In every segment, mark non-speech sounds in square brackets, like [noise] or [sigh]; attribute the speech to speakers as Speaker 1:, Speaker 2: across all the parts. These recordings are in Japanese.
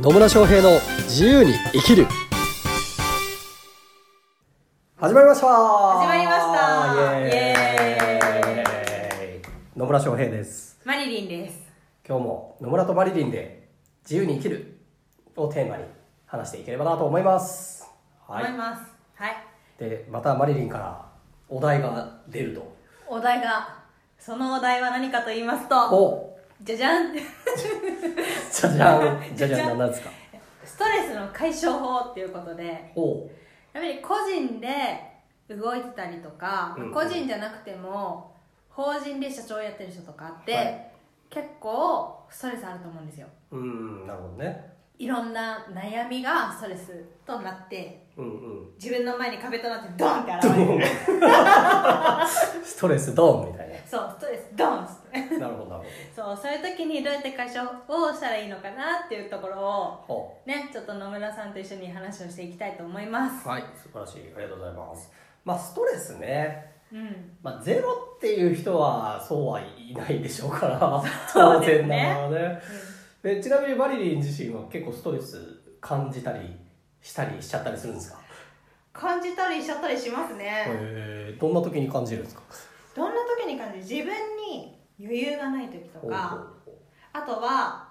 Speaker 1: 野村翔平の自由に生きる始まりました
Speaker 2: 始まりました
Speaker 1: イエーイ野村翔平です
Speaker 2: マリリンです。
Speaker 1: 今日も野村とマリリンで自由に生きるをテーマに話していければなと思いますはい
Speaker 2: 思います。はい。
Speaker 1: でまたマリリンからお題が出ると
Speaker 2: お題が、そのお題は何かと言いますと、
Speaker 1: お
Speaker 2: じゃじゃん [laughs]
Speaker 1: じゃじゃん [laughs] じゃじゃん何ですか
Speaker 2: ストレスの解消法っていうことで、やっ
Speaker 1: お
Speaker 2: ぱり個人で動いてたりとか、
Speaker 1: うんうん
Speaker 2: 個人じゃなくても、法人で社長やってる人とかって、
Speaker 1: はい
Speaker 2: 結構ストレスあると思うんですよ。
Speaker 1: うんなるほどね
Speaker 2: いろんな悩みがストレスとなって、
Speaker 1: うんうん
Speaker 2: 自分の前に壁となってドンって現れる。
Speaker 1: ストレスドンみたいな
Speaker 2: そう、ストレスドンっつって。
Speaker 1: なるほどなる
Speaker 2: そうそういう時にどうやって解消をしたらいいのかなっていうところを
Speaker 1: ほどお
Speaker 2: ねちょっと野村さんと一緒に話をしていきたいと思います
Speaker 1: はい、素晴らしい。ありがとうございます。まあ、ストレスね。
Speaker 2: うん
Speaker 1: まあ、ゼロっていう人は、そうはいないでしょうから、
Speaker 2: そ
Speaker 1: 当
Speaker 2: うです
Speaker 1: 然
Speaker 2: ね
Speaker 1: なのねでちなみに、マリリン自身は結構ストレス感じたり、したりしちゃったりするんですか
Speaker 2: 感じたりしちゃったりしますね、
Speaker 1: えー、どんな時に感じるんですか
Speaker 2: どんな時に感じる自分に余裕がない時とか
Speaker 1: ほうほうほ
Speaker 2: あとは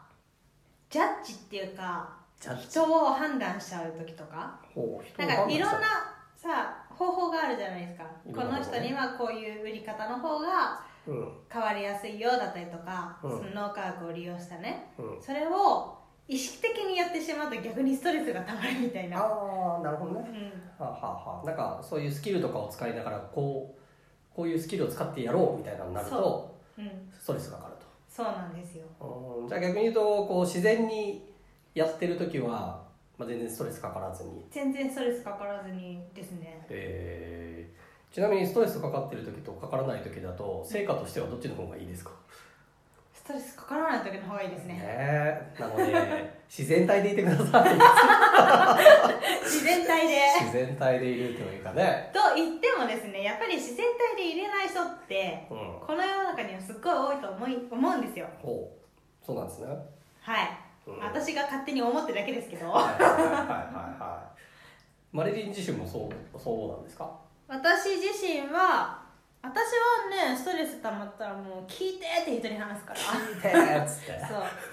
Speaker 2: ジャッジっていうか
Speaker 1: うジャッジ
Speaker 2: 人を判断しちゃう時とか
Speaker 1: ほう人
Speaker 2: な
Speaker 1: の
Speaker 2: んかいろん
Speaker 1: 判断
Speaker 2: なさ方法があるじゃないですか
Speaker 1: い
Speaker 2: こ
Speaker 1: ろんな方
Speaker 2: の
Speaker 1: 法
Speaker 2: 人
Speaker 1: ね
Speaker 2: にはこういう売り方の方が
Speaker 1: したり
Speaker 2: 変わりやすいようだったりとか、
Speaker 1: うん
Speaker 2: その脳科学を利用したね
Speaker 1: うん。うん。
Speaker 2: それを意識的にやってしまうと逆にストレスがたまるみたいな、
Speaker 1: ああ、なるほど
Speaker 2: う
Speaker 1: ね。
Speaker 2: ん、
Speaker 1: はあ、はあはあ、なんか、そういうスキルとかを使いながら、こう、こういうスキルを使ってやろうみたいなのになると、
Speaker 2: うん、
Speaker 1: ストレスがかかると。
Speaker 2: そうなんですよ
Speaker 1: うんじゃあ逆に言うとこう自然にやってる時は、まあ、全然ストレスかからずに、
Speaker 2: 全然ストレスかからずにですね
Speaker 1: えーちなみにストレスかかってる時とかからない時だと成果としてはどっちの方がいいですか
Speaker 2: ストレスかからない時の方がいいですね
Speaker 1: ねえなので自然体でいてくださ
Speaker 2: [laughs]
Speaker 1: い
Speaker 2: 自然体で
Speaker 1: 自然体でいるというかね、
Speaker 2: と言ってもですねやっぱり自然体で入れない人って
Speaker 1: うん、
Speaker 2: この世の中にはすっごい多いと思い思うんですよ
Speaker 1: ほうそうなんですね、
Speaker 2: はい、
Speaker 1: うん
Speaker 2: 私が勝手に思ってるだけですけど
Speaker 1: はいはいはいはいはいマリリン自身もそうそうなんですか
Speaker 2: [laughs] 私自身は私はねストレス溜まったらもう聞いてって人に
Speaker 1: [laughs]
Speaker 2: 話すから
Speaker 1: 「てーっつって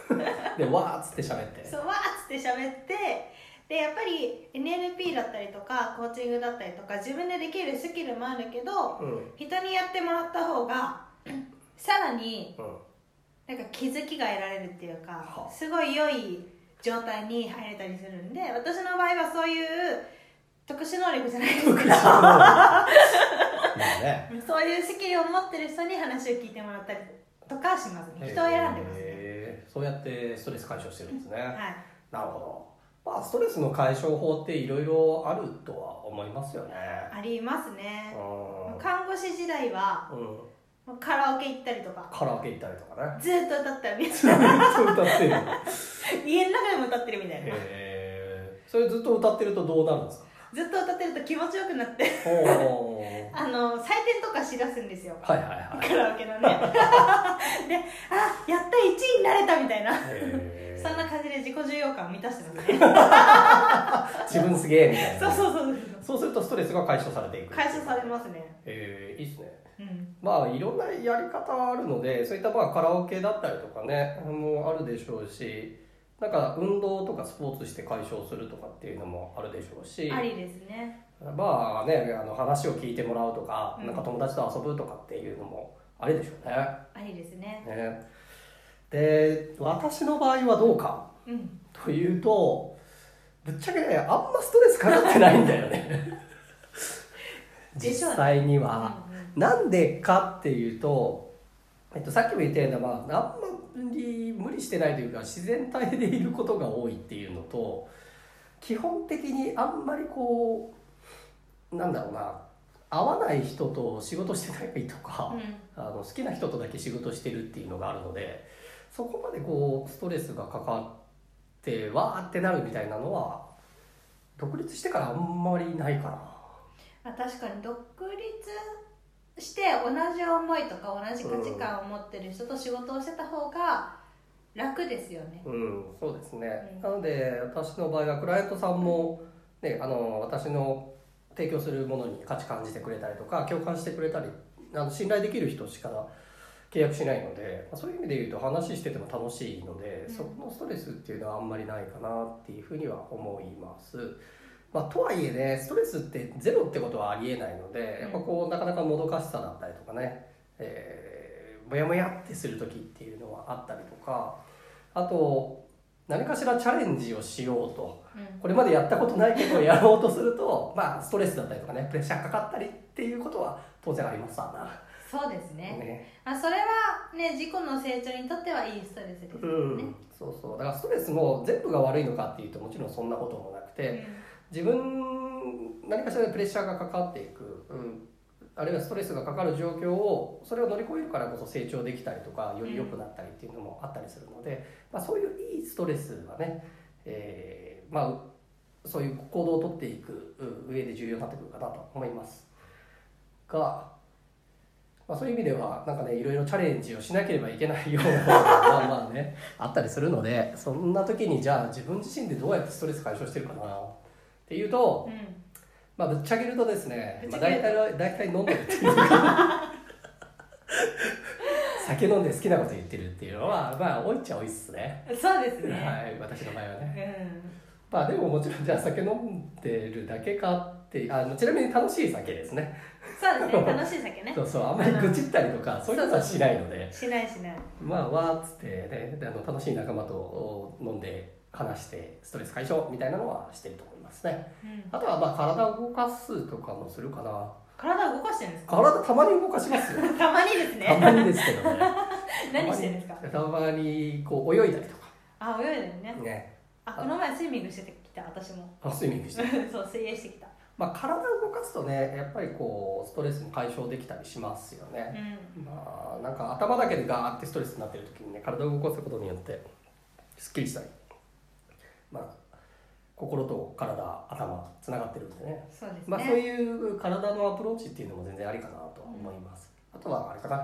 Speaker 2: そう
Speaker 1: で「わ」っつって喋って
Speaker 2: そうわーっつって喋ってでやっぱり NLP だったりとかコーチングだったりとか自分でできるスキルもあるけど
Speaker 1: うん
Speaker 2: 人にやってもらった方が [clears throat] さらに
Speaker 1: うん
Speaker 2: なんか気づきが得られるっていうか
Speaker 1: はあ
Speaker 2: すごい良い状態に入れたりするんで私の場合はそういう特殊能力じ
Speaker 1: [laughs]
Speaker 2: ゃないですけど
Speaker 1: まあね。
Speaker 2: そういうスキルを持ってる人に話を聞いてもらったりとかしますね人を選んでますね
Speaker 1: へーそうやってストレス解消してるんですね。
Speaker 2: はい
Speaker 1: なるほど。まあストレスの解消法っていろいろあるとは思いますよね。
Speaker 2: ありますね
Speaker 1: うん
Speaker 2: 看護師時代は
Speaker 1: うん。
Speaker 2: カラオケ行ったりとか
Speaker 1: カラオケ行ったりとかね。
Speaker 2: ずっと歌ってたみ
Speaker 1: ず
Speaker 2: たいな
Speaker 1: っと歌ってる。 [laughs]
Speaker 2: 家の中でも歌ってるみたいな
Speaker 1: へーそれずっと歌ってるとどうなるん
Speaker 2: [laughs]
Speaker 1: ですか。
Speaker 2: ずっと歌ってると気持ちよくなって
Speaker 1: おー
Speaker 2: あの採点とかしだすんですよ
Speaker 1: はいはいはい。
Speaker 2: カラオ
Speaker 1: [laughs]
Speaker 2: ケのねであやっと1位になれたみたいな
Speaker 1: へー
Speaker 2: そんな感じで自己重要感を満たしてますね
Speaker 1: 自分すげえみたいな。
Speaker 2: そうそうそう
Speaker 1: そうするとストレスが解消されていく。
Speaker 2: 解消されますね
Speaker 1: えー、いいですね。
Speaker 2: うん
Speaker 1: まあいろんなやり方あるのでそういったまあカラオケだったりとかねもうあるでしょうしなんか運動とかスポーツして解消するとかっていうのもあるでしょうし
Speaker 2: ありですね
Speaker 1: まあねあの話を聞いてもらうとか、
Speaker 2: うん
Speaker 1: なんか友達と遊ぶとかっていうのもありでしょうね。
Speaker 2: ありですね
Speaker 1: ねで私の場合はどうか
Speaker 2: うん
Speaker 1: というとぶっちゃけねあんまストレスかかってないんだよね
Speaker 2: でしょうね
Speaker 1: 実際には。
Speaker 2: うんうん
Speaker 1: なんでかっていうと、えっと、さっきも言ったような、まあ、あんまり無理してないというか自然体でいることが多いっていうのと基本的にあんまりこうなんだろうな合わない人と仕事してないとか、あの好きな人とだけ仕事してるっていうのがあるのでそこまでこうストレスがかかってわーってなるみたいなのは独立してからあんまりないかな。
Speaker 2: あ確かに独立して同じ思いとか同じ価値観を持ってる人と仕事をしてた方が楽ですよね
Speaker 1: うん、そうですね、
Speaker 2: うん
Speaker 1: なので私の場合はクライアントさんも、ね、あの私の提供するものに価値感じてくれたりとか共感してくれたりあの信頼できる人しか契約しないのでまあそういう意味で言うと話してても楽しいので、
Speaker 2: うん
Speaker 1: そこのストレスっていうのはあんまりないかなっていうふうには思います。まあ、とはいえねストレスってゼロってことはありえないのでやっぱこうなかなかもどかしさだったりとかね、えー、もやもやってする時っていうのはあったりとかあと何かしらチャレンジをしようと
Speaker 2: うん
Speaker 1: これまでやったことないことをやろうとするとまあストレスだったりとかねプレッシャーかかったりっていうことは当然ありますわな。
Speaker 2: そうですね
Speaker 1: ね
Speaker 2: あそれはね自己の成長にとってはいいストレスですよ
Speaker 1: う
Speaker 2: ね、
Speaker 1: ん、そうそうだからストレスも全部が悪いのかっていうともちろんそんなこともなくて、自分何かしらでプレッシャーがかかっていく、うん、あるいはストレスがかかる状況をそれを乗り越えるからこそ成長できたりとかより良くなったりっていうのもあったりするので、まあ、そういういいストレスはね、えーまあうそういう行動をとっていくうん上で重要になってくるかなと思いますが、まあ、そういう意味ではなんかねいろいろチャレンジをしなければいけないようなことがまあまあねあったりするのでそんな時にじゃあ自分自身でどうやってストレス解消してるかなっていうと、
Speaker 2: うん
Speaker 1: まあ、ぶっちゃけるとですね、
Speaker 2: ぶ
Speaker 1: ま
Speaker 2: っ
Speaker 1: あ、
Speaker 2: ちゃけ
Speaker 1: 大
Speaker 2: る
Speaker 1: 体は大体飲んでるっていう [laughs] か酒飲んで好きなこと言ってるっていうのはまあ多いっちゃ多いっすね
Speaker 2: そうですね、
Speaker 1: はい私の場合はね
Speaker 2: う
Speaker 1: まあでももちろんじゃあ酒飲んでるだけかってあのちなみに楽しい酒ですね
Speaker 2: ん、そうですね
Speaker 1: [laughs]
Speaker 2: 楽しい酒ね
Speaker 1: そうそうあんまり愚痴ったりとかそういうことはしないので
Speaker 2: しないしない
Speaker 1: まあわーっつってねであの楽しい仲間と飲んで話してストレス解消みたいなのはしてると思いますね
Speaker 2: うん
Speaker 1: あとはまあ体を動かすとかもするかな
Speaker 2: 体動かしてる
Speaker 1: [laughs]
Speaker 2: んですか
Speaker 1: 体たまに動かしますよ
Speaker 2: たまにです
Speaker 1: たま
Speaker 2: ね
Speaker 1: にですけどね
Speaker 2: [laughs] 何してるんですか
Speaker 1: たまにこう泳いだりとか
Speaker 2: あ泳いでるね
Speaker 1: ね
Speaker 2: あこの前スイミングしてきた私も [laughs]
Speaker 1: あスイミングして
Speaker 2: そう水泳してきた
Speaker 1: まあ体を動かすとねやっぱりこうストレスも解消できたりしますよ
Speaker 2: う
Speaker 1: ね、
Speaker 2: ん
Speaker 1: まあなんか頭だけでガーってストレスになってる時にね体を動かすことによってすっきりしたりまあ心と体頭つながってるんでね
Speaker 2: そうですね、
Speaker 1: まあ、そういう体のアプローチっていうのも全然ありかなとは思います、あとはあれかな、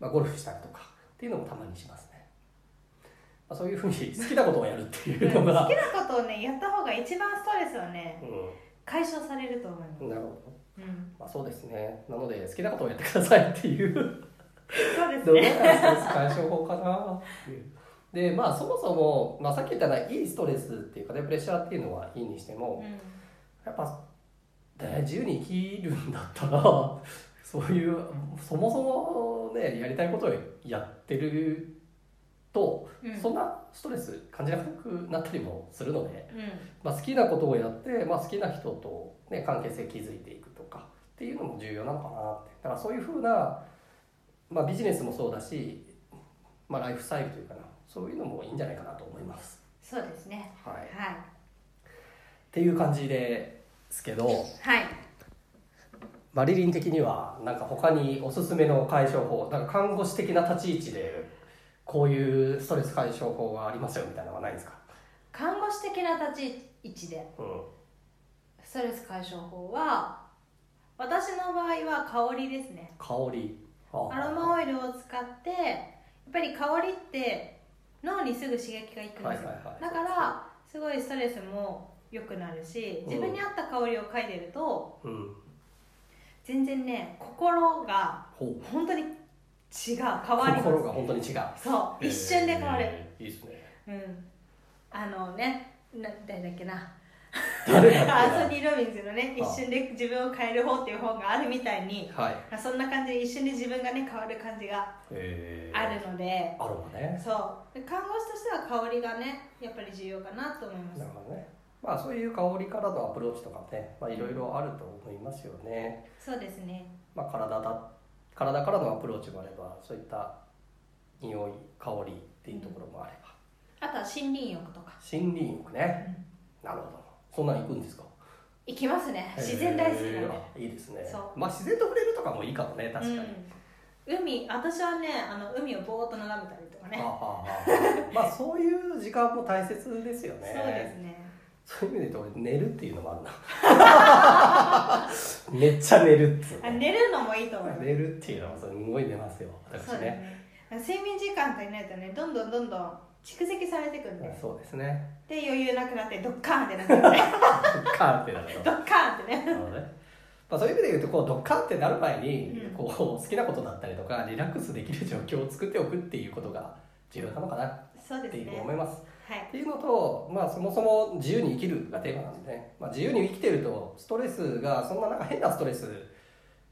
Speaker 1: まあ、ゴルフしたりとかっていうのもたまにしますね、まあ、そういうふうに好きなことをやるって
Speaker 2: う
Speaker 1: い
Speaker 2: ん
Speaker 1: うの
Speaker 2: 好
Speaker 1: が
Speaker 2: き、なことをねやった方が一番ストレスはね
Speaker 1: う
Speaker 2: 解消されると思います、
Speaker 1: ん、なるほど、
Speaker 2: うん、
Speaker 1: まあ、そうですねなので好きなことをやってくださいっていう
Speaker 2: そうです
Speaker 1: どう
Speaker 2: ね
Speaker 1: やらストレス解消法かなっていうでまあそもそも、まあ、さっき言ったらいいストレスっていうかねプレッシャーっていうのはいいにしても、
Speaker 2: うん
Speaker 1: やっぱね自由に生きるんだったら [laughs] そういうそもそもねやりたいことをやってると、
Speaker 2: うん
Speaker 1: そんなストレス感じなくなったりもするので、
Speaker 2: うん
Speaker 1: まあ、好きなことをやって、まあ、好きな人と、ね、関係性築いていくとかっていうのも重要なのかなってだからそういうふうな、まあ、ビジネスもそうだし、まあ、ライフスタイルというかなそういうのもいいんじゃないかなと思います。
Speaker 2: そうですね
Speaker 1: はい、っ
Speaker 2: はい
Speaker 1: ていう感じですけど。
Speaker 2: はい
Speaker 1: マリリン的にはなんか他におすすめの解消法なんか看護師的な立ち位置でこういうストレス解消法がありますよみたいなのはないんですか、
Speaker 2: 看護師的な立ち位置で
Speaker 1: うん、
Speaker 2: ストレス解消法は私の場合は香りですね
Speaker 1: 香り
Speaker 2: アロマオイルを使ってやっぱり香りって脳にすぐ刺激がいくん
Speaker 1: は
Speaker 2: で
Speaker 1: い
Speaker 2: す
Speaker 1: はい
Speaker 2: よ
Speaker 1: はい
Speaker 2: だからすごいストレスも良くなるし自分に合った香りを嗅いでると
Speaker 1: うん
Speaker 2: 全然ね心が
Speaker 1: ほう
Speaker 2: 本当に違う変わり
Speaker 1: 心が
Speaker 2: ま
Speaker 1: 本当に違う
Speaker 2: すそう一瞬で変わる、
Speaker 1: えーいいですね
Speaker 2: うんあのねな誰だっけな
Speaker 1: 誰だっけ
Speaker 2: アンソニー・ロビンズのね
Speaker 1: あ
Speaker 2: 一瞬で自分を変える方っていう本があるみたいに
Speaker 1: はい
Speaker 2: まあそんな感じで一瞬で自分がね変わる感じが
Speaker 1: えー
Speaker 2: あるので、
Speaker 1: アロマね
Speaker 2: そうで看護師としては香りがねやっぱり重要かなと思います
Speaker 1: なるほどねまあそういう香りからのアプローチとかねまあいろいろあると思いますよね、
Speaker 2: そうですね
Speaker 1: まあ、体だ体からのアプローチもあればそういった匂い香りっていうところもあれば、
Speaker 2: あとは森林浴とか、
Speaker 1: 森林浴ね
Speaker 2: うん
Speaker 1: なるほどそんなん行くんですか
Speaker 2: 行きますね自然大好きな
Speaker 1: へ
Speaker 2: の
Speaker 1: ーあいいですね
Speaker 2: そう
Speaker 1: まあ自然と触れるとかもいいかもね確かに、
Speaker 2: で、うん、海私はねあの海をぼーっと眺めたりとか
Speaker 1: あ
Speaker 2: ね
Speaker 1: ああ
Speaker 2: [laughs]
Speaker 1: あまあそういう時間も大切ですよ
Speaker 2: そう
Speaker 1: ね
Speaker 2: ですね
Speaker 1: そういう意味で言うと俺寝るっていうのもあるな [laughs] めっちゃ寝るっつう
Speaker 2: あ
Speaker 1: ね、
Speaker 2: 寝るのもいいと思います
Speaker 1: 寝るっていうのはすごい寝ますよ
Speaker 2: そう
Speaker 1: 私
Speaker 2: で
Speaker 1: ね
Speaker 2: すね睡眠時間足りないとねどんどんどんどん蓄積されてくんです
Speaker 1: そうですね
Speaker 2: で余裕なくなってドッカーンってなっちゃ
Speaker 1: [laughs]
Speaker 2: うね
Speaker 1: カーンってなると
Speaker 2: ドッカーンってね
Speaker 1: なるほどねまあ、そういう意味で言うとこうドッカンってなる前に、
Speaker 2: うん
Speaker 1: こう好きなことだったりとかリラックスできる状況を作っておくっていうことが重要なのかなっ
Speaker 2: そうです
Speaker 1: ていうふうに
Speaker 2: ね
Speaker 1: 思います。
Speaker 2: はい
Speaker 1: っていうのと、まあ、そもそも自由に生きるがテーマなんでね、まあ、自由に生きてるとストレスがそんななんか変なストレス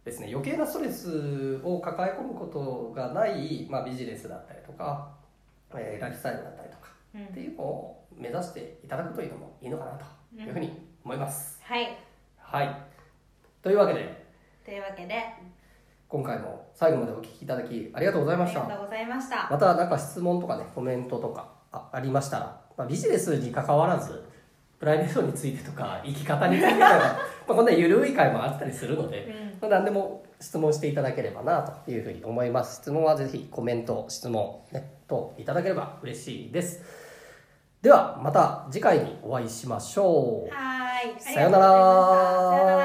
Speaker 1: ですね余計なストレスを抱え込むことがない、まあ、ビジネスだったりとか、えーライフスタイルだったりとか
Speaker 2: うん
Speaker 1: っていうのを目指していただくというのもいいのかなというふうに思います。
Speaker 2: はい
Speaker 1: はいというわけで
Speaker 2: というわけであ
Speaker 1: 今回も最後までお聞きいただきありがとうございま
Speaker 2: り
Speaker 1: し
Speaker 2: が
Speaker 1: た。
Speaker 2: とうございました
Speaker 1: またなんか質問とかねコメントとかあありましたら、まあ、ビジネスに関わらずプライベートについてとか生き方についてとか [laughs] まあこんな緩い回もあったりするので、まあ、何でも質問していただければなというふうに思います質問はぜひコメント質問、ね、といただければ嬉しいですではまた次回にお会いしましょう
Speaker 2: はーいありがとうございました
Speaker 1: さよなら
Speaker 2: さよなら